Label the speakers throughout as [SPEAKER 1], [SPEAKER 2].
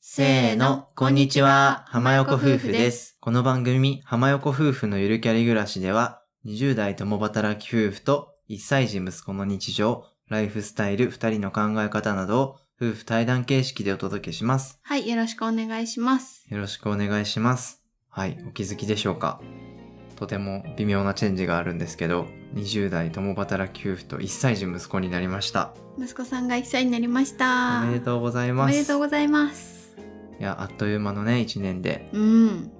[SPEAKER 1] せーの、こんにちは、浜横夫婦です。この番組、浜横夫婦のゆるキャリ暮らしでは、20代共働き夫婦と1歳児息子の日常、ライフスタイル、2人の考え方などを夫婦対談形式でお届けします。
[SPEAKER 2] はい、よろしくお願いします。
[SPEAKER 1] よろしくお願いします。はい、お気づきでしょうかとても微妙なチェンジがあるんですけど、20代共働き夫婦と1歳児息子になりました。
[SPEAKER 2] 息子さんが1歳になりまし
[SPEAKER 1] お
[SPEAKER 2] た。
[SPEAKER 1] めでとうござい
[SPEAKER 2] お
[SPEAKER 1] ます。
[SPEAKER 2] めでとうございます。
[SPEAKER 1] いや、あっという間のね、1年で
[SPEAKER 2] うん、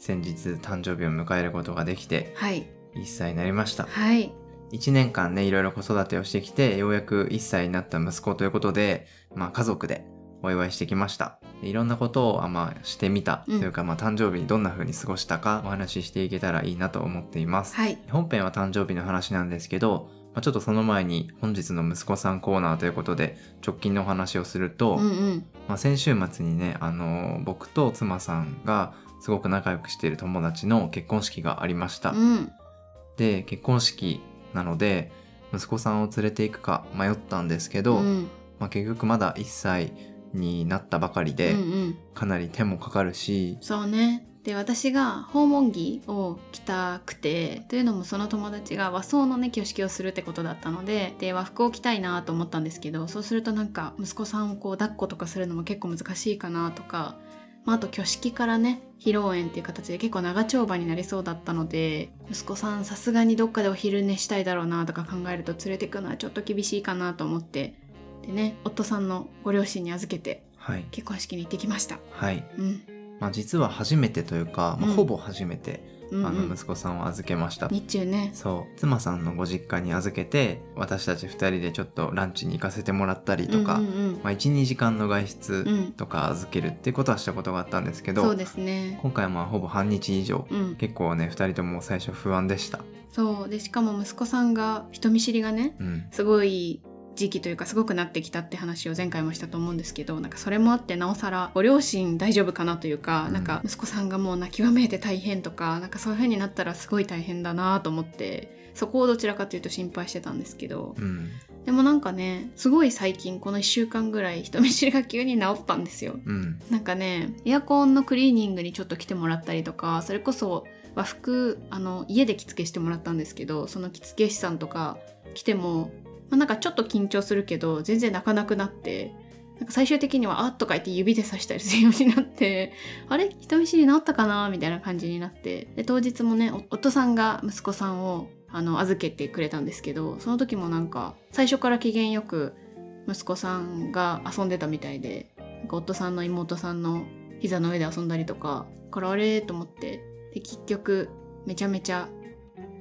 [SPEAKER 1] 先日誕生日を迎えることができて
[SPEAKER 2] はい、
[SPEAKER 1] 1歳になりました
[SPEAKER 2] はい、
[SPEAKER 1] 1年間ねいろいろ子育てをしてきてようやく1歳になった息子ということで、まあ、家族でお祝いしてきましたでいろんなことをあ、まあ、してみた、
[SPEAKER 2] うん
[SPEAKER 1] というか、まあ、誕生日にどんな風に過ごしたかお話ししていけたらいいなと思っています、
[SPEAKER 2] はい、
[SPEAKER 1] 本編は誕生日の話なんですけど、まあ、ちょっとその前に本日の息子さんコーナーということで直近のお話をすると、
[SPEAKER 2] うんうん、
[SPEAKER 1] まあ、先週末にね、あのー僕と妻さんがすごく仲良くしている友達の結婚式がありました、
[SPEAKER 2] うん、
[SPEAKER 1] で結婚式なので息子さんを連れていくか迷ったんですけど、
[SPEAKER 2] うん、
[SPEAKER 1] まあ、結局まだ1歳になったばかりで、
[SPEAKER 2] うんうん、
[SPEAKER 1] かなり手もかかるし
[SPEAKER 2] そうね。で、私が訪問着を着たくて、というのもその友達が和装のね、挙式をするってことだったので、で、和服を着たいなと思ったんですけど、そうするとなんか、息子さんをこう抱っことかするのも結構難しいかなとか、まあ、あと挙式からね披露宴っていう形で結構長丁場になりそうだったので息子さんさすがにどっかでお昼寝したいだろうなとか考えると連れてくのはちょっと厳しいかなと思ってでね夫さんのご両親に預けて
[SPEAKER 1] はい
[SPEAKER 2] 結婚式に行ってきました
[SPEAKER 1] はい、
[SPEAKER 2] うん
[SPEAKER 1] まあ、実は初めてというか、まあ、
[SPEAKER 2] うん
[SPEAKER 1] ほぼ初めて、
[SPEAKER 2] うん、う
[SPEAKER 1] あの
[SPEAKER 2] ん、
[SPEAKER 1] 息子さんを預けました、
[SPEAKER 2] 日中ね
[SPEAKER 1] そう妻さんのご実家に預けて私たち2人でちょっとランチに行かせてもらったりとか、
[SPEAKER 2] うんうん
[SPEAKER 1] まあ、12時間の外出
[SPEAKER 2] うんうん
[SPEAKER 1] とか預けるってことはしたことがあったんですけ
[SPEAKER 2] そう
[SPEAKER 1] ど
[SPEAKER 2] ですね
[SPEAKER 1] 今回はまあほぼ半日以上、
[SPEAKER 2] うん
[SPEAKER 1] 結構ね2人とも最初不安でした、
[SPEAKER 2] そうでしかも息子さんが人見知りがね
[SPEAKER 1] うん、
[SPEAKER 2] すごい時期というかすごくなってきたって話を前回もしたと思うんですけどなんかそれもあってなおさらご両親大丈夫かなというか、
[SPEAKER 1] うん
[SPEAKER 2] なんか息子さんがもう泣きわめいて大変とかなんかそういう風になったらすごい大変だなと思ってそこをどちらかというと心配してたんですけど
[SPEAKER 1] うん
[SPEAKER 2] でもなんかねすごい最近この1週間ぐらい人見知りが急に治ったんですよ。
[SPEAKER 1] うん
[SPEAKER 2] なんかねエアコンのクリーニングにちょっと来てもらったりとかそれこそ和服あの家で着付けしてもらったんですけどその着付け師さんとか来ても、まあ、なんかちょっと緊張するけど全然泣かなくなってなんか最終的には「あ」とか言って指で刺したりするようになってあれ人見知り治ったかなみたいな感じになってで当日もねお夫さんが息子さんをあの預けてくれたんですけどその時もなんか最初から機嫌よく息子さんが遊んでたみたいでなんか夫さんの妹さんの膝の上で遊んだりとかだからあれと思ってで結局めちゃめちゃ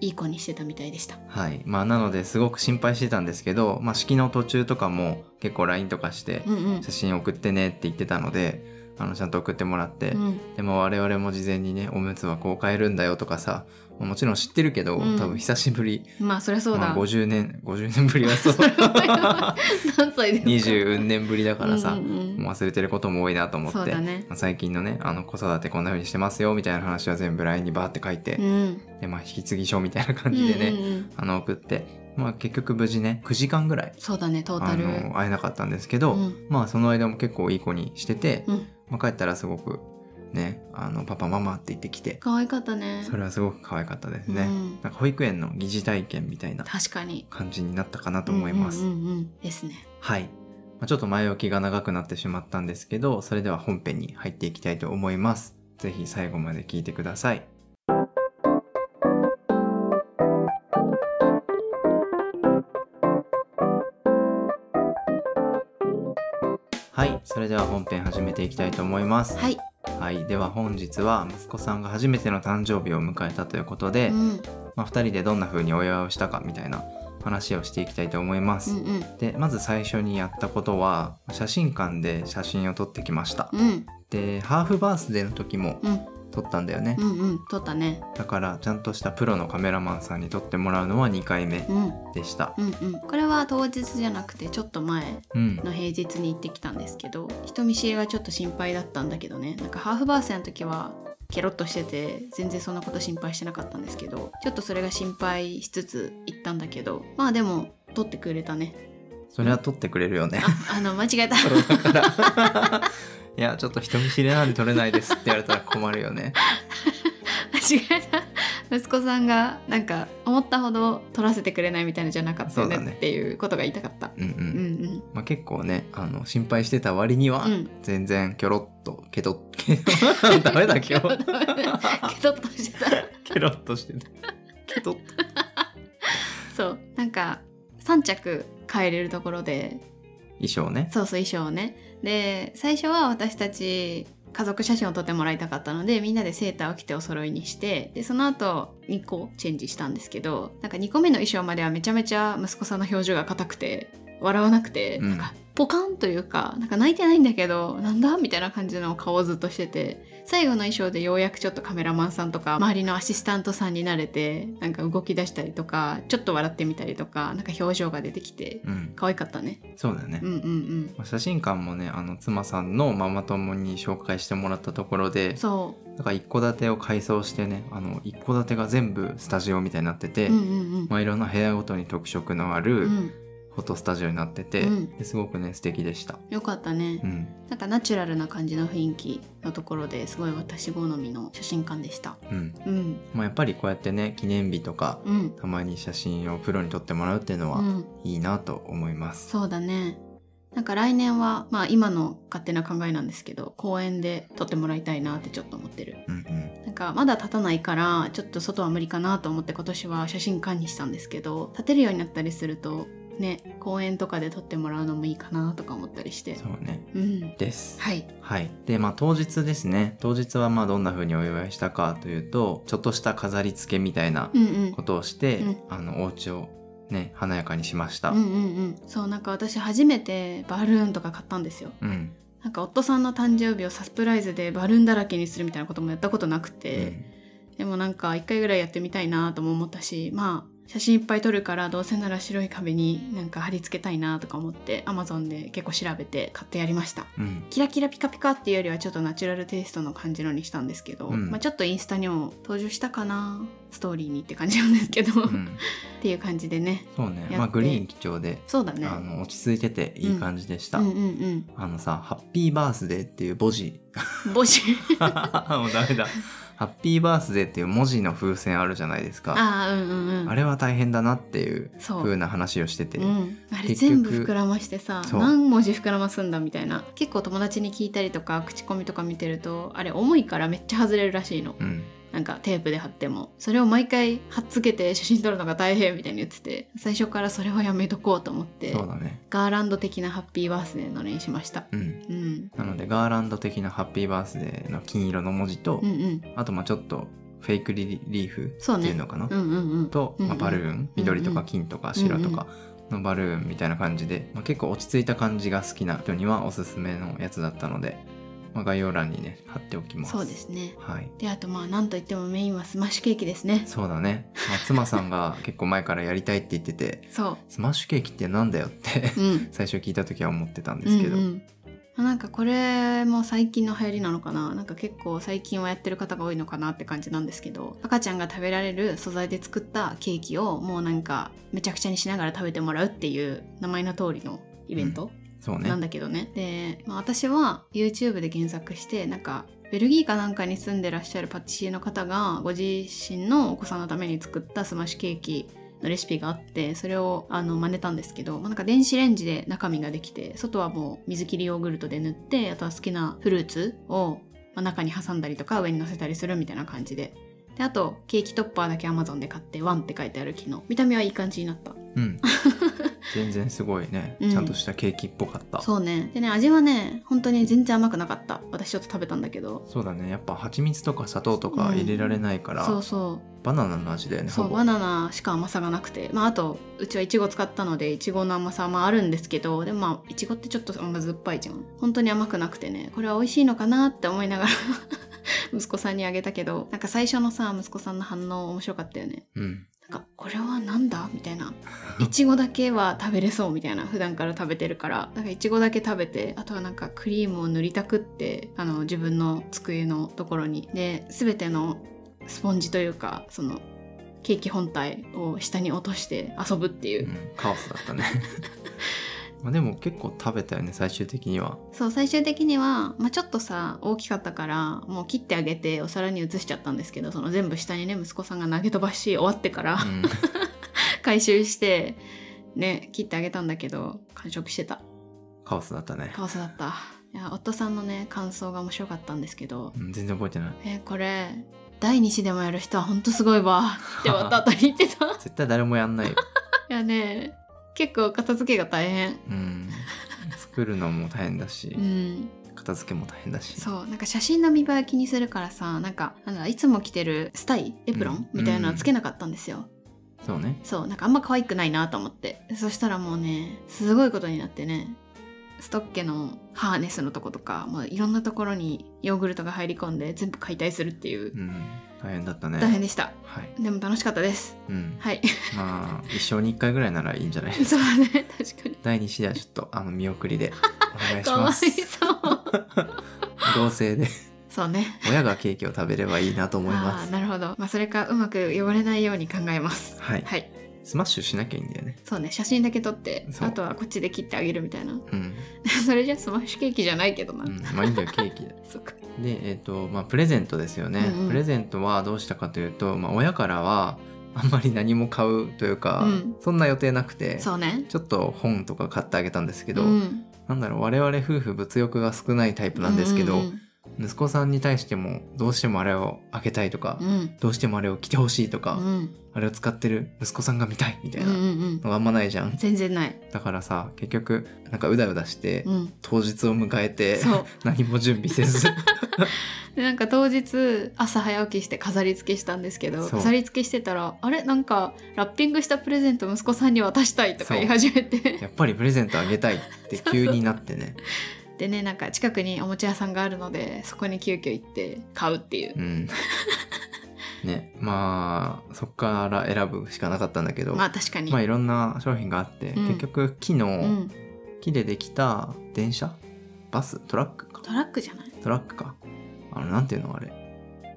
[SPEAKER 2] いい子にしてたみたいでした。
[SPEAKER 1] はいまあなのですごく心配してたんですけど、まあ、式の途中とかも結構 LINE とかして
[SPEAKER 2] うんうん
[SPEAKER 1] 写真送ってねって言ってたのであのちゃんと送ってもらって、
[SPEAKER 2] うん
[SPEAKER 1] でも我々も事前にねおむつはこう変えるんだよとかさまあもちろん知ってるけど、
[SPEAKER 2] うん
[SPEAKER 1] 多分久しぶり、
[SPEAKER 2] まあそりゃそうだ。
[SPEAKER 1] まあ、50年50年ぶりはそう
[SPEAKER 2] 何歳ですか
[SPEAKER 1] 20年ぶりだからさ、
[SPEAKER 2] うんうんうん
[SPEAKER 1] もう忘れてることも多いなと思って、
[SPEAKER 2] そうだね
[SPEAKER 1] まあ最近のねあの子育てこんな風にしてますよみたいな話は全部 LINE にバーって書いて、
[SPEAKER 2] うん
[SPEAKER 1] でまあ引き継ぎ書みたいな感じでね、
[SPEAKER 2] うんうんうん
[SPEAKER 1] あの送って、まあ、結局無事ね9時間ぐらい
[SPEAKER 2] そうだねトー
[SPEAKER 1] あ
[SPEAKER 2] タル。
[SPEAKER 1] の会えなかったんですけど、
[SPEAKER 2] うん
[SPEAKER 1] まあその間も結構いい子にしてて、
[SPEAKER 2] うん
[SPEAKER 1] まあ、帰ったらすごくねあのパパママって言ってきて
[SPEAKER 2] 可愛かったね。
[SPEAKER 1] それはすごく可愛かったですね、
[SPEAKER 2] うん
[SPEAKER 1] なんか保育園の疑似体験みたいな
[SPEAKER 2] 確かに。
[SPEAKER 1] 感じになったかなと思いま
[SPEAKER 2] う
[SPEAKER 1] す、
[SPEAKER 2] んうんうんうんですね。
[SPEAKER 1] はい。まあちょっと前置きが長くなってしまったんですけど、それでは本編に入っていきたいと思います。ぜひ最後まで聞いてください。はい、それでは本編始めていきたいと思います。
[SPEAKER 2] はい。
[SPEAKER 1] はい、では本日は息子さんが初めての誕生日を迎えたということで、
[SPEAKER 2] うん
[SPEAKER 1] まあ、2人でどんな風にお祝いをしたかみたいな話をしていきたいと思います。
[SPEAKER 2] うんうん
[SPEAKER 1] でまず最初にやったことは写真館で写真を撮ってきました
[SPEAKER 2] うん
[SPEAKER 1] でハーフバースデーの時も
[SPEAKER 2] うん
[SPEAKER 1] 撮ったんだよね
[SPEAKER 2] うんうん撮ったね。
[SPEAKER 1] だからちゃんとしたプロのカメラマンさんに撮ってもらうのは2回目
[SPEAKER 2] うん
[SPEAKER 1] でした
[SPEAKER 2] うんうん。これは当日じゃなくてちょっと前
[SPEAKER 1] うん
[SPEAKER 2] の平日に行ってきたんですけど人見知りがちょっと心配だったんだけどねなんかハーフバースデーの時はケロッとしてて全然そんなこと心配してなかったんですけどちょっとそれが心配しつつ行ったんだけどまあでも撮ってくれたね
[SPEAKER 1] それは撮ってくれるよね
[SPEAKER 2] ああの間違えた
[SPEAKER 1] そうだから いや、ちょっと人見知りなんで取れないですって言われたら困るよね。
[SPEAKER 2] 間違えた息子さんがなんか思ったほど取らせてくれないみたいなのじゃなかったよ
[SPEAKER 1] そうだ
[SPEAKER 2] ね
[SPEAKER 1] ね
[SPEAKER 2] っていうことが言いたかった、
[SPEAKER 1] うんう
[SPEAKER 2] う
[SPEAKER 1] ん。
[SPEAKER 2] んうん
[SPEAKER 1] まあ結構ね、あの、心配してた割には、
[SPEAKER 2] うん
[SPEAKER 1] 全然キョロッと、ケトッ、 ダメ だ、キョロッ
[SPEAKER 2] ダメだケトッとしてた
[SPEAKER 1] ケロッとしてた。ケトッ。
[SPEAKER 2] そうなんか3着変えれるところで
[SPEAKER 1] 衣装ね。
[SPEAKER 2] そうそう衣装をねで最初は私たち家族写真を撮ってもらいたかったのでみんなでセーターを着てお揃いにしてでその後2個チェンジしたんですけどなんか2個目の衣装まではめちゃめちゃ息子さんの表情が硬くて笑わなくて、
[SPEAKER 1] うん
[SPEAKER 2] なんかポカンというかなんか泣いてないんだけどなんだみたいな感じの顔をずっとしてて最後の衣装でようやくちょっとカメラマンさんとか周りのアシスタントさんに慣れてなんか動き出したりとかちょっと笑ってみたりとかなんか表情が出てきて
[SPEAKER 1] うん。
[SPEAKER 2] 可愛かったね。
[SPEAKER 1] そうだよね
[SPEAKER 2] う。んうんうん
[SPEAKER 1] まあ写真館もね、あの、妻さんのママ友に紹介してもらったところで、
[SPEAKER 2] そう
[SPEAKER 1] だから一戸建てを改装してねあの一戸建てが全部スタジオみたいになってて、
[SPEAKER 2] うんうんうん
[SPEAKER 1] まあ、いろんな部屋ごとに特色のあ
[SPEAKER 2] う
[SPEAKER 1] る
[SPEAKER 2] ん
[SPEAKER 1] フォトスタジオになってて、
[SPEAKER 2] うん
[SPEAKER 1] ですごくね素敵でした、
[SPEAKER 2] よかったね、
[SPEAKER 1] うん
[SPEAKER 2] なんかナチュラルな感じの雰囲気のところですごい私好みの写真館でした
[SPEAKER 1] うん
[SPEAKER 2] うん
[SPEAKER 1] まあ、やっぱりこうやってね記念日とか
[SPEAKER 2] うん
[SPEAKER 1] たまに写真をプロに撮ってもらうっていうの
[SPEAKER 2] う
[SPEAKER 1] は
[SPEAKER 2] ん
[SPEAKER 1] いいなと思います、
[SPEAKER 2] そうだねなんか来年はまあ今の勝手な考えなんですけど公園で撮ってもらいたいなってちょっと思ってる
[SPEAKER 1] うんうん
[SPEAKER 2] なんかまだ立たないからちょっと外は無理かなと思って今年は写真館にしたんですけど立てるようになったりするとね公園とかで撮ってもらうのもいいかなとか思ったりして
[SPEAKER 1] そうね
[SPEAKER 2] うん
[SPEAKER 1] です
[SPEAKER 2] はい
[SPEAKER 1] はいでまあ当日ですね当日はまあどんな風にお祝いしたかというとちょっとした飾り付けみたいな
[SPEAKER 2] うんうん
[SPEAKER 1] ことをして、
[SPEAKER 2] うん
[SPEAKER 1] あのお家をね華やかにしました、
[SPEAKER 2] うんうんうんそうなんか私初めてバルーンとか買ったんですよ
[SPEAKER 1] うん
[SPEAKER 2] なんか夫さんの誕生日をサプライズでバルーンだらけにするみたいなこともやったことなくて、でもなんか一回ぐらいやってみたいなとも思ったしまあ写真いっぱい撮るからどうせなら白い壁になんか貼り付けたいなとか思ってアマゾンで結構調べて買ってやりました
[SPEAKER 1] うんうん
[SPEAKER 2] キラキラピカピカっていうよりはちょっとナチュラルテイストの感じのにしたんですけど、
[SPEAKER 1] うん
[SPEAKER 2] まあ、ちょっとインスタにも登場したかなストーリーにって感じなんですけど、
[SPEAKER 1] う
[SPEAKER 2] っ
[SPEAKER 1] ん、
[SPEAKER 2] ていう感じでね
[SPEAKER 1] そうね
[SPEAKER 2] やって
[SPEAKER 1] まあグリーン基調で、
[SPEAKER 2] そうだね
[SPEAKER 1] あの落ち着いてていい感じでした、
[SPEAKER 2] うんうんうん
[SPEAKER 1] あのさ「ハッピーバースデー」っていう 文字
[SPEAKER 2] 帽子
[SPEAKER 1] もうダメだ「ハッピーバースデー」っていう文字の風船あるじゃないですかあ
[SPEAKER 2] ああうんうんうん
[SPEAKER 1] れは大変だなっていう
[SPEAKER 2] そう
[SPEAKER 1] 風な話をしてて、
[SPEAKER 2] うん、あれ
[SPEAKER 1] 結局
[SPEAKER 2] 全部膨らましてさ
[SPEAKER 1] そう
[SPEAKER 2] 何文字膨らますんだみたいな結構友達に聞いたりとか口コミとか見てるとあれ重いからめっちゃ外れるらしいの
[SPEAKER 1] うん
[SPEAKER 2] なんかテープで貼ってもそれを毎回貼っつけて写真撮るのが大変みたいに言ってて最初からそれはやめとこうと思って
[SPEAKER 1] そうだね
[SPEAKER 2] ガーランド的なハッピーバースデーの練しました、
[SPEAKER 1] うん
[SPEAKER 2] うん、
[SPEAKER 1] なのでガーランド的な「ハッピーバースデー」の金色の文字と、
[SPEAKER 2] うんうん
[SPEAKER 1] あとまあちょっとフェイクリリーフ
[SPEAKER 2] そう
[SPEAKER 1] っ
[SPEAKER 2] ね
[SPEAKER 1] ていうのかな、
[SPEAKER 2] うんうんうん
[SPEAKER 1] と、
[SPEAKER 2] うん
[SPEAKER 1] まあ、バルーン、緑と
[SPEAKER 2] うんう
[SPEAKER 1] か
[SPEAKER 2] ん
[SPEAKER 1] 金とか白とかのバルーンみたいな感じで、まあ、結構落ち着いた感じが好きな人にはおすすめのやつだったので、まあ、概要欄にね貼っておきます
[SPEAKER 2] そうですね
[SPEAKER 1] はい
[SPEAKER 2] であとまあなんといってもメインはスマッシュケーキですね
[SPEAKER 1] そうだね、まあ、妻さんが結構前からやりたいって言ってて
[SPEAKER 2] そ
[SPEAKER 1] スマッシュケーキってなんだよって
[SPEAKER 2] ううん
[SPEAKER 1] 最初聞いた時は思ってたんですけど、
[SPEAKER 2] うんうんなんかこれも最近の流行りなのかななんか結構最近はやってる方が多いのかなって感じなんですけど赤ちゃんが食べられる素材で作ったケーキをもうなんかめちゃくちゃにしながら食べてもらうっていう名前の通りのイベント
[SPEAKER 1] そうね
[SPEAKER 2] なんだけどね、で、まあ、私は YouTube で検索してなんかベルギーかなんかに住んでらっしゃるパティシエの方がご自身のお子さんのために作ったスマッシュケーキのレシピがあってそれをあの真似たんですけど、まあ、なんか電子レンジで中身ができて外はもう水切りヨーグルトで塗ってあとは好きなフルーツを、まあ、中に挟んだりとか上に乗せたりするみたいな感じで。であとケーキトッパーだけ Amazon で買って「ワン」って書いてある機能見た目はいい感じになった
[SPEAKER 1] うん全然すごいね
[SPEAKER 2] うん
[SPEAKER 1] ちゃんとしたケーキっぽかった、
[SPEAKER 2] そうねでね味はね本当に全然甘くなかった私ちょっと食べたんだけど
[SPEAKER 1] そうだねやっぱ蜂蜜とか砂糖とか入れられないから、
[SPEAKER 2] そうそ
[SPEAKER 1] バナナの味だよ
[SPEAKER 2] う
[SPEAKER 1] ね
[SPEAKER 2] そう
[SPEAKER 1] ほぼ
[SPEAKER 2] バナナしか甘さがなくてまああとうちはいちご使ったのでいちごの甘さもあるんですけどでもまあいちごってちょっと甘酸っぱいじゃん本当に甘くなくてねこれは美味しいのかなって思いながら 息子さんにあげたけどなんか最初のさ息子さんの反応面白かったよね
[SPEAKER 1] うん
[SPEAKER 2] なんかこれはなんだみたいないちごだけは食べれそうみたいな普段から食べてるからなんかいちごだけ食べてあとはなんかクリームを塗りたくってあの自分の机のところにで全てのスポンジというかそのケーキ本体を下に落として遊ぶっていうう、
[SPEAKER 1] んカオスだったねまあ、でも結構食べたよね最終的には
[SPEAKER 2] そう最終的には、まあ、ちょっとさ大きかったからもう切ってあげてお皿に移しちゃったんですけどその全部下にね息子さんが投げ飛ばし終わってから、
[SPEAKER 1] うん
[SPEAKER 2] 回収してね切ってあげたんだけど完食してた
[SPEAKER 1] カオスだったね、
[SPEAKER 2] カオスだったいや夫さんのね感想が面白かったんですけど
[SPEAKER 1] うん、全然覚えてない
[SPEAKER 2] 「えこれ第2子でもやる人はほんとすごいわ」って終わった後に言ってたい
[SPEAKER 1] 絶対誰もやんないよ、
[SPEAKER 2] やね結構片付けが大変
[SPEAKER 1] うん、作るのも大変だし
[SPEAKER 2] うん
[SPEAKER 1] 片付けも大変だし
[SPEAKER 2] そうなんか写真の見栄え気にするからさなんかなんだいつも着てるスタイエプロン、
[SPEAKER 1] うん
[SPEAKER 2] みたいなのはつけなかったんですよ、
[SPEAKER 1] そうね
[SPEAKER 2] そうなんかあんま可愛くないなと思ってそしたらもうねすごいことになってねストッケのハーネスのとことかもういろんなところにヨーグルトが入り込んで全部解体するっていう
[SPEAKER 1] うん大変だったね
[SPEAKER 2] 大変でした、
[SPEAKER 1] はい、
[SPEAKER 2] でも楽しかったです
[SPEAKER 1] うん、
[SPEAKER 2] はい
[SPEAKER 1] まあ一生に一回ぐらいならいいんじゃない
[SPEAKER 2] そうだね確かに
[SPEAKER 1] 第2子ではちょっとあの見送りでお願いし
[SPEAKER 2] かわ
[SPEAKER 1] ま
[SPEAKER 2] い
[SPEAKER 1] す
[SPEAKER 2] そう
[SPEAKER 1] 同性で
[SPEAKER 2] そうね
[SPEAKER 1] 親がケーキを食べればいいなと思いま
[SPEAKER 2] あー
[SPEAKER 1] す
[SPEAKER 2] なるほど、まあ、それかうまく汚れないように考えます
[SPEAKER 1] はい
[SPEAKER 2] はい
[SPEAKER 1] スマッシュしなきゃいいんだよね
[SPEAKER 2] そうね写真だけ撮って
[SPEAKER 1] そう
[SPEAKER 2] あとはこっちで切ってあげるみたいな
[SPEAKER 1] うん、
[SPEAKER 2] それじゃスマッシュケーキじゃないけどな、
[SPEAKER 1] うん、まあいいんだよケーキで
[SPEAKER 2] そっか
[SPEAKER 1] でえっ、とまあプレゼントですよね、
[SPEAKER 2] うんうん
[SPEAKER 1] プレゼントはどうしたかというと、まあ、親からはあんまり何も買うというか、
[SPEAKER 2] うん
[SPEAKER 1] そんな予定なくて
[SPEAKER 2] そうね
[SPEAKER 1] ちょっと本とか買ってあげたんですけど、
[SPEAKER 2] うん
[SPEAKER 1] なんだろう我々夫婦物欲が少ないタイプなんですけど、
[SPEAKER 2] うんうん
[SPEAKER 1] 息子さんに対してもどうしてもあれを開けたいとか、
[SPEAKER 2] うんうん
[SPEAKER 1] どうしてもあれを着てほしいとか、
[SPEAKER 2] うん
[SPEAKER 1] あれを使ってる息子さんが見たいみたいな
[SPEAKER 2] うん
[SPEAKER 1] の
[SPEAKER 2] うんうん、
[SPEAKER 1] があんまないじゃん、
[SPEAKER 2] 全然ない、
[SPEAKER 1] だからさ結局なんかうだうだして、
[SPEAKER 2] うん、
[SPEAKER 1] 当日を迎えて
[SPEAKER 2] そう
[SPEAKER 1] 何も準備せず
[SPEAKER 2] でなんか当日朝早起きして飾り付けしたんですけど
[SPEAKER 1] そう
[SPEAKER 2] 飾り付けしてたらあれなんかラッピングしたプレゼント息子さんに渡したいとか言い始めて
[SPEAKER 1] やっぱりプレゼントあげたいって急になってね
[SPEAKER 2] でねなんか近くにおもちゃ屋さんがあるのでそこに急遽行って買うっていう
[SPEAKER 1] う、んねまあそっから選ぶしかなかったんだけど、
[SPEAKER 2] ま
[SPEAKER 1] ま
[SPEAKER 2] あ確かに、
[SPEAKER 1] あいろんな商品があって、
[SPEAKER 2] うん
[SPEAKER 1] 結局木の、
[SPEAKER 2] うん、
[SPEAKER 1] 木でできた電車バストラックか
[SPEAKER 2] トラックじゃない
[SPEAKER 1] トラックかあのなんていうのあれ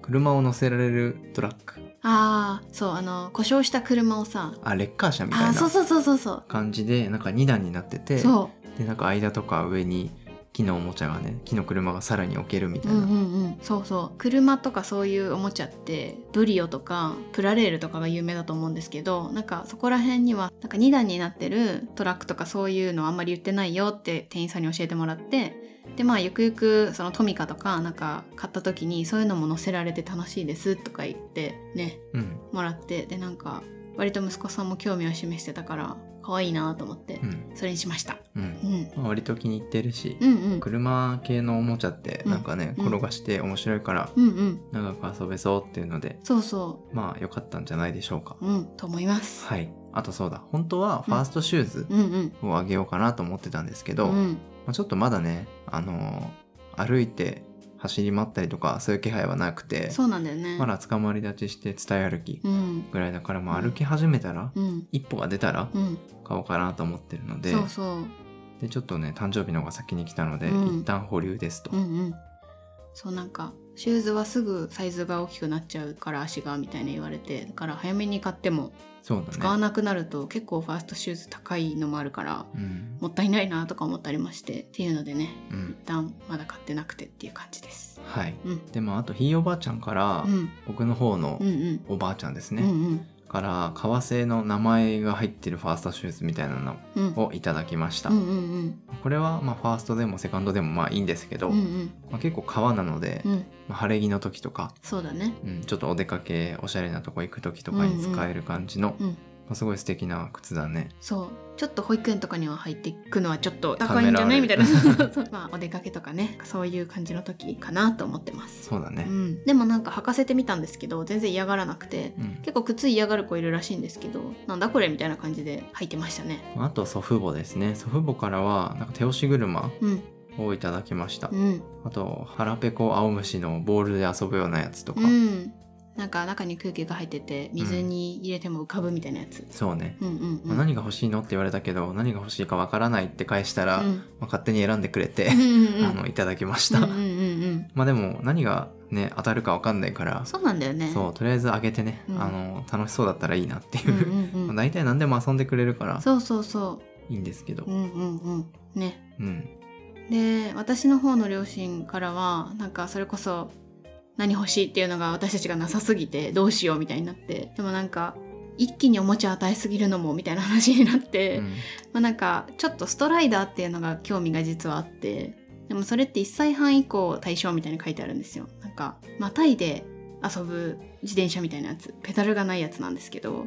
[SPEAKER 1] 車を乗せられるトラック
[SPEAKER 2] ああそうあの故障した車をさ
[SPEAKER 1] あレッカー車みた
[SPEAKER 2] あ
[SPEAKER 1] い
[SPEAKER 2] ーそう
[SPEAKER 1] な
[SPEAKER 2] そうそうそうそう
[SPEAKER 1] 感じでなんか2段になってて
[SPEAKER 2] そ
[SPEAKER 1] でなんか間とか上に木のおもちゃがね木の車がさらに置けるみ
[SPEAKER 2] う
[SPEAKER 1] た
[SPEAKER 2] う
[SPEAKER 1] いな、
[SPEAKER 2] んうんうんそうそう車とかそういうおもちゃってブリオとかプラレールとかが有名だと思うんですけどなんかそこら辺にはなんか2段になってるトラックとかそういうのあんまり言ってないよって店員さんに教えてもらってでまあゆくゆくそのトミカとかなんか買った時にそういうのも載せられて楽しいですとか言ってね
[SPEAKER 1] うん
[SPEAKER 2] もらってでなんか割と息子さんも興味を示してたから可愛いなと思って
[SPEAKER 1] うん
[SPEAKER 2] それにしました、
[SPEAKER 1] うん
[SPEAKER 2] うん、
[SPEAKER 1] まあ割と気に入ってるし、
[SPEAKER 2] うんうん
[SPEAKER 1] 車系のおもちゃってなんかね、
[SPEAKER 2] うん
[SPEAKER 1] 転がして面白いから
[SPEAKER 2] うんうん
[SPEAKER 1] 長く遊べそうっていうので
[SPEAKER 2] そうそ
[SPEAKER 1] まあ良かったんじゃないでしょうか、
[SPEAKER 2] ううんと思います
[SPEAKER 1] はいあとそうだ本当はファーストシューズ
[SPEAKER 2] うんうん
[SPEAKER 1] をあげようかなと思ってたんですけど、
[SPEAKER 2] うん
[SPEAKER 1] まあ、ちょっとまだね、あのー歩いて走り回ったりとかそういう気配はなくて
[SPEAKER 2] そうなんだよね。
[SPEAKER 1] まだ捕まり立ちして伝え歩き
[SPEAKER 2] うん
[SPEAKER 1] ぐらいだから、まあ、
[SPEAKER 2] うん
[SPEAKER 1] 歩き始めたら、
[SPEAKER 2] うん
[SPEAKER 1] 一歩が出たら
[SPEAKER 2] うん。
[SPEAKER 1] 買おうかなと思ってるので
[SPEAKER 2] そうそう。
[SPEAKER 1] でちょっとね誕生日の方が先に来たので、
[SPEAKER 2] うん
[SPEAKER 1] 一旦保留ですと、
[SPEAKER 2] うんうん。そうなんかシューズはすぐサイズが大きくなっちゃうから足がみたいな言われてだから早めに買っても
[SPEAKER 1] そう
[SPEAKER 2] 使
[SPEAKER 1] だ
[SPEAKER 2] わ
[SPEAKER 1] ね、
[SPEAKER 2] なくなると結構ファーストシューズ高いのもあるから
[SPEAKER 1] うん
[SPEAKER 2] もったいないなとか思ったりましてっていうのでね
[SPEAKER 1] うん
[SPEAKER 2] 一、旦まだ買ってなくてっていう感じです。
[SPEAKER 1] はい
[SPEAKER 2] うん
[SPEAKER 1] でもあとひいおばあちゃんから、
[SPEAKER 2] うん
[SPEAKER 1] 僕の方の
[SPEAKER 2] うんうん
[SPEAKER 1] おばあちゃんです
[SPEAKER 2] う
[SPEAKER 1] ね、
[SPEAKER 2] ん
[SPEAKER 1] から革製の名前が入ってるファーストシューズみたいなの
[SPEAKER 2] うんうん
[SPEAKER 1] をいただきました、
[SPEAKER 2] うんうん
[SPEAKER 1] これはまあファーストでもセカンドでもまあいいんですけど、
[SPEAKER 2] うんうん
[SPEAKER 1] まあ、結構革なので、
[SPEAKER 2] うん
[SPEAKER 1] まあ晴れ着の時とか、
[SPEAKER 2] そうだね。
[SPEAKER 1] うん、ちょっとお出かけおしゃれなとこ行く時とかに使える感じの、
[SPEAKER 2] うんうんうん
[SPEAKER 1] まあ、すごい素敵な靴だね
[SPEAKER 2] そうちょっと保育園とかには入っていくのはちょっと高いんじゃないみた
[SPEAKER 1] た
[SPEAKER 2] い
[SPEAKER 1] め
[SPEAKER 2] な
[SPEAKER 1] らわれる
[SPEAKER 2] そうまあお出かけとかねそういう感じの時かなと思ってます
[SPEAKER 1] そうだね
[SPEAKER 2] う、ん、でもなんか履かせてみたんですけど全然嫌がらなくて
[SPEAKER 1] うん
[SPEAKER 2] 結構靴嫌がる子いるらしいんですけどなんだこれみたいな感じで履いてましたね
[SPEAKER 1] まああと祖父母ですね祖父母からはなんか手押し車
[SPEAKER 2] うん
[SPEAKER 1] をいただきました、
[SPEAKER 2] うん
[SPEAKER 1] あと腹ペコ青虫のボールで遊ぶようなやつとか、
[SPEAKER 2] うんなんか中に空気が入ってて水に入れても浮かぶみたいなやつ、
[SPEAKER 1] そうね、
[SPEAKER 2] うん、うんうん
[SPEAKER 1] まあ何が欲しいのって言われたけど何が欲しいかわからないって返したら、
[SPEAKER 2] う
[SPEAKER 1] ま
[SPEAKER 2] ん
[SPEAKER 1] あ、勝手に選んでくれて
[SPEAKER 2] う、んうんうん
[SPEAKER 1] あのいただきまし
[SPEAKER 2] う
[SPEAKER 1] た、
[SPEAKER 2] んうんうんうん
[SPEAKER 1] まあでも何がね当たるかわかんないから
[SPEAKER 2] そうなんだよね
[SPEAKER 1] そうとりあえずあげてね、
[SPEAKER 2] うん
[SPEAKER 1] あの楽しそうだったらいいなっていうう、
[SPEAKER 2] んうんうん
[SPEAKER 1] 大体何でも遊んでくれるから
[SPEAKER 2] そうそうそう
[SPEAKER 1] いいんですけど
[SPEAKER 2] う。んうんうんね
[SPEAKER 1] うん。
[SPEAKER 2] で私の方の両親からはなんかそれこそ何欲しいっていうのが私たちがなさすぎてどうしようみたいになってでもなんか一気におもちゃ与えすぎるのもみたいな話になって、
[SPEAKER 1] うん
[SPEAKER 2] まあ、なんかちょっとストライダーっていうのが興味が実はあってでもそれって1歳半以降対象みたいに書いてあるんですよなんかまたいで遊ぶ自転車みたいなやつペダルがないやつなんですけど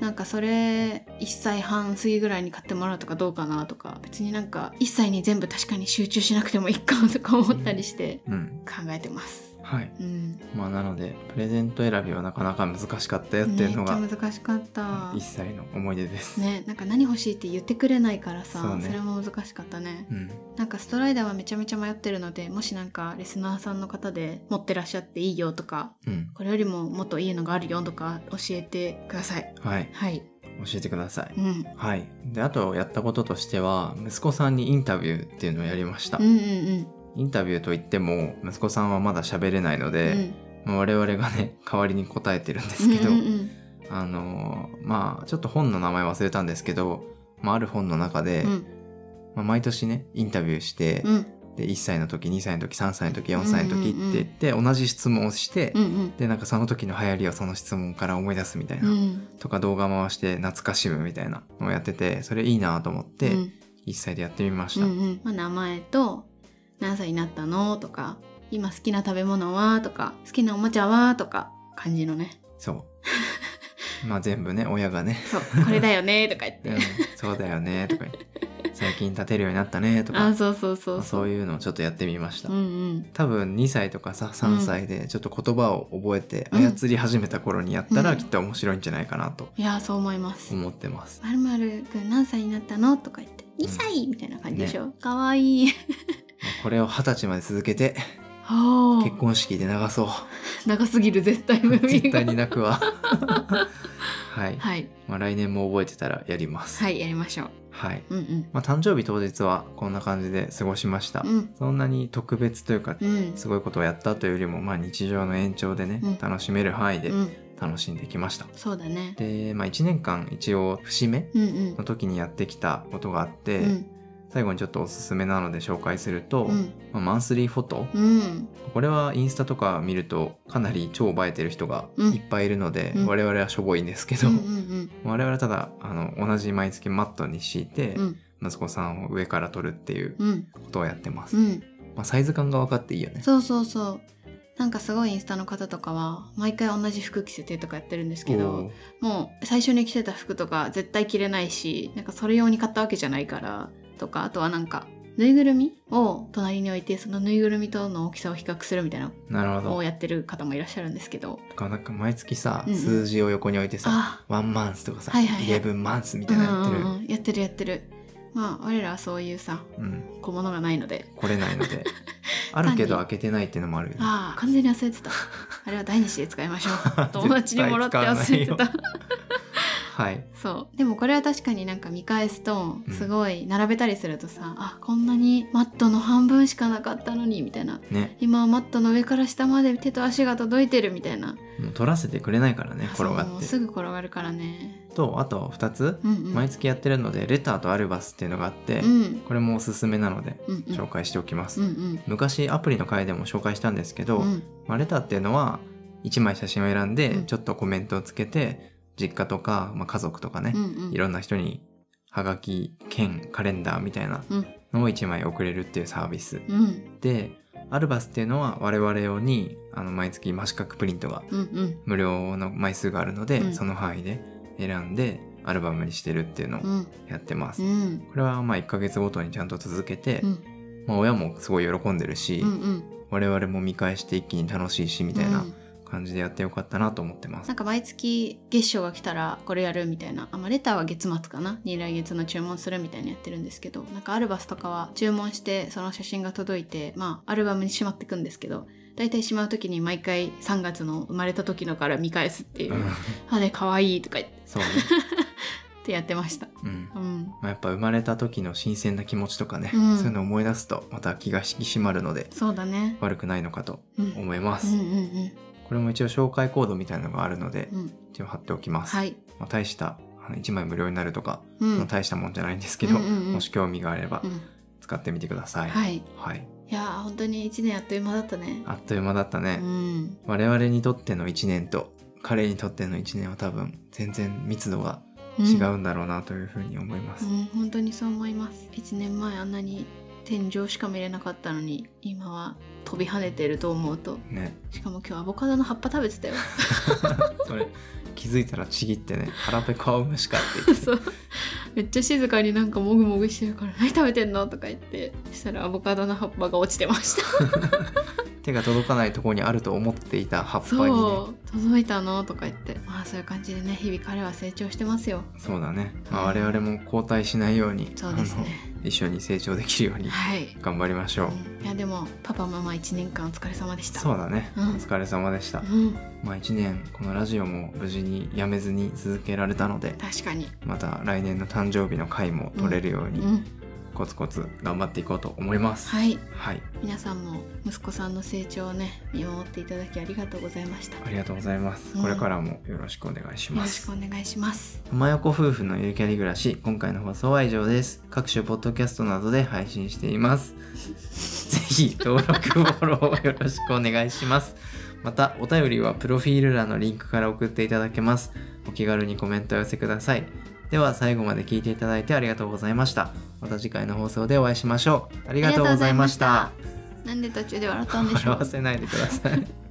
[SPEAKER 2] なんかそれ1歳半過ぎぐらいに買ってもらうとかどうかなとか別になんか1歳に全部確かに集中しなくてもいいかとか思ったりして
[SPEAKER 1] うん。
[SPEAKER 2] 考えてます
[SPEAKER 1] はい。
[SPEAKER 2] うん
[SPEAKER 1] まあなので、プレゼント選びはなかなか難しかったよって
[SPEAKER 2] め
[SPEAKER 1] い
[SPEAKER 2] っ
[SPEAKER 1] う
[SPEAKER 2] ち
[SPEAKER 1] の
[SPEAKER 2] ゃ
[SPEAKER 1] が、
[SPEAKER 2] 難しかった
[SPEAKER 1] 一切の思い出です。
[SPEAKER 2] ねなんか何欲しいって言ってくれないからさ
[SPEAKER 1] そ
[SPEAKER 2] そ,、
[SPEAKER 1] うね
[SPEAKER 2] れも難しかったね
[SPEAKER 1] うん。
[SPEAKER 2] なんかストライダーはめちゃめちゃ迷ってるのでもしなんかリスナーさんの方で持ってらっしゃっていいよとか
[SPEAKER 1] うん。
[SPEAKER 2] これよりももっといいのがあるよとか教えてください
[SPEAKER 1] はい。
[SPEAKER 2] はい
[SPEAKER 1] 教えてください。
[SPEAKER 2] うん
[SPEAKER 1] はい。で、あとやったこととしては、息子さんにインタビューっていうのをやりました。
[SPEAKER 2] うんうん
[SPEAKER 1] インタビューといっても、息子さんはまだ喋れないの
[SPEAKER 2] うんう
[SPEAKER 1] で、
[SPEAKER 2] ん
[SPEAKER 1] まあ我々がね、代わりに答えてるんですけど、
[SPEAKER 2] うんうん
[SPEAKER 1] あのーまあ、ちょっと本の名前忘れたんですけど、まあ、ある本の中で、
[SPEAKER 2] うん
[SPEAKER 1] まあ、毎年ね、インタビューして、
[SPEAKER 2] うん
[SPEAKER 1] で、1歳の時、2歳の時、3歳の時、4歳の時って言って、同じ質問をして、
[SPEAKER 2] うんうん
[SPEAKER 1] で、なんかその時の流行りをその質問から思い出すみたいな、
[SPEAKER 2] うん
[SPEAKER 1] とか動画回して懐かしむみたいなのをやってて、それいいなと思って、
[SPEAKER 2] うん
[SPEAKER 1] 1歳でやってみまし
[SPEAKER 2] う
[SPEAKER 1] た。
[SPEAKER 2] んうんまあ、名前と何歳になったのとか今好きな食べ物はとか好きなおもちゃはとか感じの ね
[SPEAKER 1] そう。 まあ全部ね、親 がね、
[SPEAKER 2] そうこれだよねとか言っ
[SPEAKER 1] うん
[SPEAKER 2] て
[SPEAKER 1] そうだよね、とか言って、最近立てるようになったね、とか、
[SPEAKER 2] あそうそうそ
[SPEAKER 1] まあ
[SPEAKER 2] う
[SPEAKER 1] そういうのをちょっとやってみました。
[SPEAKER 2] うんうん
[SPEAKER 1] 多分2歳とかさ3歳でちょっと言葉を覚えて
[SPEAKER 2] うん
[SPEAKER 1] 操り始めた頃にやった
[SPEAKER 2] う
[SPEAKER 1] ら
[SPEAKER 2] ん
[SPEAKER 1] きっと面白いんじゃないかなと
[SPEAKER 2] いやそう思います
[SPEAKER 1] 思ってます。
[SPEAKER 2] まるまるくん何歳になったのとか言って2歳みたいな感じでしょ、かわ いい
[SPEAKER 1] これを20歳まで続けて
[SPEAKER 2] はあ
[SPEAKER 1] 結婚式で流そう。
[SPEAKER 2] 長すぎる絶対無理
[SPEAKER 1] 絶対に泣くわ。はい。
[SPEAKER 2] はい
[SPEAKER 1] まあ来年も覚えてたらやります。
[SPEAKER 2] はいやりましょう
[SPEAKER 1] はい。
[SPEAKER 2] うん
[SPEAKER 1] まあ誕生日当日はこんな感じで過ごしました
[SPEAKER 2] う。ん
[SPEAKER 1] そんなに特別というか
[SPEAKER 2] うんうん
[SPEAKER 1] すごいことをやったというよりもまあ日常の延長でね
[SPEAKER 2] うん
[SPEAKER 1] 楽しめる範囲で
[SPEAKER 2] うん
[SPEAKER 1] 楽しんできました。
[SPEAKER 2] そうだね
[SPEAKER 1] で、まあ1年間一応節目
[SPEAKER 2] うんうん
[SPEAKER 1] の時にやってきたことがあって、
[SPEAKER 2] うん
[SPEAKER 1] 最後にちょっとおすすめなので紹介すると、
[SPEAKER 2] うん
[SPEAKER 1] まあマンスリーフォト、
[SPEAKER 2] うん
[SPEAKER 1] これはインスタとか見るとかなり超映えてる人が
[SPEAKER 2] うん
[SPEAKER 1] いっぱいいるので、
[SPEAKER 2] うん
[SPEAKER 1] 我々はしょぼいんですけ
[SPEAKER 2] う
[SPEAKER 1] ど、
[SPEAKER 2] んうん
[SPEAKER 1] 我々はただあの同じ毎月マットに敷いて、
[SPEAKER 2] うん
[SPEAKER 1] 息子さんを上から撮るっていう
[SPEAKER 2] うん
[SPEAKER 1] ことをやってます、
[SPEAKER 2] うん
[SPEAKER 1] まあ、サイズ感が分かっていいよね
[SPEAKER 2] そうそうそうなんかすごいインスタの方とかは毎回同じ服着せてとかやってるんですけど
[SPEAKER 1] おー
[SPEAKER 2] もう最初に着てた服とか絶対着れないしなんかそれ用に買ったわけじゃないからとかあとはなんかぬいぐるみを隣に置いてそのぬいぐるみとの大きさを比較するみたいな
[SPEAKER 1] なるほ
[SPEAKER 2] のを
[SPEAKER 1] ど
[SPEAKER 2] やってる方もいらっしゃるんですけど
[SPEAKER 1] とかなんか毎月さ、
[SPEAKER 2] うんうん
[SPEAKER 1] 数字を横に置いてさ
[SPEAKER 2] あ
[SPEAKER 1] ワンマンスとかさ、
[SPEAKER 2] はいはいはい
[SPEAKER 1] イレブンマンスみ
[SPEAKER 2] う
[SPEAKER 1] たい
[SPEAKER 2] ん
[SPEAKER 1] なのやって
[SPEAKER 2] う
[SPEAKER 1] る、
[SPEAKER 2] んうんやってるやってるまあ我らはそういうさ
[SPEAKER 1] うん、
[SPEAKER 2] 小物がないので
[SPEAKER 1] 来れない のであるけど開けてないっていうのもあるよね
[SPEAKER 2] ああ完全に忘れてたあれは第二子で使い ましょう友達にもらって忘れて
[SPEAKER 1] 絶対使わ
[SPEAKER 2] た
[SPEAKER 1] はい
[SPEAKER 2] そうでもこれは確かになんか見返すと
[SPEAKER 1] うん
[SPEAKER 2] すごい並べたりするとさ、あこんなにマットの半分しかなかったのにみたいな
[SPEAKER 1] ね
[SPEAKER 2] 今はマットの上から下まで手と足が届いてるみたいな、
[SPEAKER 1] もう取らせてくれないからね転が
[SPEAKER 2] そ
[SPEAKER 1] っ
[SPEAKER 2] う
[SPEAKER 1] て
[SPEAKER 2] すぐ転がるからね
[SPEAKER 1] とあと2つ、
[SPEAKER 2] うんうん
[SPEAKER 1] 毎月やってるのでレターとアルバスっていうのがあって、
[SPEAKER 2] うん
[SPEAKER 1] これもおすすめなので
[SPEAKER 2] うんうん
[SPEAKER 1] 紹介しておきます、
[SPEAKER 2] うんうん
[SPEAKER 1] 昔アプリの回でも紹介したんですけど、
[SPEAKER 2] うん
[SPEAKER 1] まあ、レターっていうのは1枚写真を選んで
[SPEAKER 2] うん
[SPEAKER 1] ちょっとコメントをつけて実家とか、まあ、家族とかね
[SPEAKER 2] う、んうん
[SPEAKER 1] いろんな人にはがき兼カレンダーみたいな
[SPEAKER 2] うん
[SPEAKER 1] のを1枚送れるっていうサービス
[SPEAKER 2] うん
[SPEAKER 1] でアルバスっていうのは我々用にあの毎月真四角プリントが
[SPEAKER 2] うんうん
[SPEAKER 1] 無料の枚数があるので、
[SPEAKER 2] うん
[SPEAKER 1] その範囲で選んでアルバムにしてるっていうのを
[SPEAKER 2] うん
[SPEAKER 1] やってます、
[SPEAKER 2] うん
[SPEAKER 1] これはまあ1ヶ月ごとにちゃんと続けて、
[SPEAKER 2] うん
[SPEAKER 1] まあ、親もすごい喜んでるし、
[SPEAKER 2] うんうん
[SPEAKER 1] 我々も見返して一気に楽しいしみたいうなん感じでやってよかったなと思ってます、
[SPEAKER 2] なんか毎月月賞が来たらこれやるみたいなあ、まあ、レターは月末かなに来月の注文するみたいにやってるんですけどなんかアルバスとかは注文してその写真が届いてまあアルバムにしまってくんですけど大体しまう時に毎回3月の生まれた時のから見返すっていう
[SPEAKER 1] うん
[SPEAKER 2] 「あれかわいい」とか言っ
[SPEAKER 1] そうね、
[SPEAKER 2] てやってました
[SPEAKER 1] うん
[SPEAKER 2] うん
[SPEAKER 1] まあ、やっぱ生まれた時の新鮮な気持ちとかね、
[SPEAKER 2] うん
[SPEAKER 1] そういうのを思い出すとまた気が引き締まるので
[SPEAKER 2] そうだね
[SPEAKER 1] 悪くないのかと
[SPEAKER 2] うんうん
[SPEAKER 1] 思います、
[SPEAKER 2] うん
[SPEAKER 1] これも一応紹介コードみたいなのがあるので
[SPEAKER 2] うんうん
[SPEAKER 1] 一応貼っておきます、
[SPEAKER 2] はい
[SPEAKER 1] まあ、大したあ1枚無料になるとか、
[SPEAKER 2] うん
[SPEAKER 1] まあ大したもんじゃないんですけど、
[SPEAKER 2] うんうんうん
[SPEAKER 1] もし興味があれば
[SPEAKER 2] うん
[SPEAKER 1] 使ってみてください。
[SPEAKER 2] はいい
[SPEAKER 1] はい、
[SPEAKER 2] やー本当に1年あっという間だったね
[SPEAKER 1] あっという間だったね
[SPEAKER 2] う。ん
[SPEAKER 1] 我々にとっての1年と彼にとっての1年は多分全然密度が
[SPEAKER 2] ん
[SPEAKER 1] 違うんだろうなというふうに思います。
[SPEAKER 2] うん、本当にそう思います1年前あんなに天井しか見れなかったのに今は飛び跳ねてると思うと
[SPEAKER 1] ね、
[SPEAKER 2] しかも今日アボカドの葉っぱ食べて たよ
[SPEAKER 1] それ気づいたらちぎってね「腹ペコアオムシか」って言って
[SPEAKER 2] そうめっちゃ静かになんかもぐもぐしてるから「何食べてんの?」とか言ってそしたらアボカドの葉っぱが落ちてました
[SPEAKER 1] 手が届かないところにあると思っていた 葉っぱにねそ
[SPEAKER 2] そう届いたのとか言ってまあそういう感じでね日々彼は成長してますよ
[SPEAKER 1] うだね、まあ、我々も後退しないように
[SPEAKER 2] そうです
[SPEAKER 1] あ
[SPEAKER 2] ね
[SPEAKER 1] の一緒に成長できるように
[SPEAKER 2] はい、
[SPEAKER 1] 頑張りましょう、
[SPEAKER 2] うんいやでもパパママ1年間お疲れ様でした
[SPEAKER 1] そうだね、
[SPEAKER 2] うん
[SPEAKER 1] お疲れ様でした、
[SPEAKER 2] うん
[SPEAKER 1] まあ1年このラジオも無事にやめずに続けられたので
[SPEAKER 2] 確かに
[SPEAKER 1] また来年の誕生日の回も取れるよう
[SPEAKER 2] う
[SPEAKER 1] に
[SPEAKER 2] ん
[SPEAKER 1] コツコツ頑張っていこうと思います、
[SPEAKER 2] はい
[SPEAKER 1] はい、
[SPEAKER 2] 皆さんも息子さんの成長をね見守っていただきありがとうございましたよ
[SPEAKER 1] ありがとうございます
[SPEAKER 2] うん
[SPEAKER 1] これからもよろしくお願いしま
[SPEAKER 2] ろ
[SPEAKER 1] す
[SPEAKER 2] しくお願いします
[SPEAKER 1] 浜横夫婦のゆるキャリ暮らし、今回の放送は以上です。各種ポッドキャストなどで配信しています。 ぜひ登録、フォローをよろしくお願いします。また、お便りはプロフィール欄のリンクから送っていただけます。お気軽にコメントを寄せください。では、最後まで聞いていただいてありがとうございました。また次回の放送でお会いしましょう。ありがとうございました。
[SPEAKER 2] ありがとうございましたなんで途中で笑ったんでしょ
[SPEAKER 1] 笑
[SPEAKER 2] う
[SPEAKER 1] わせないでください。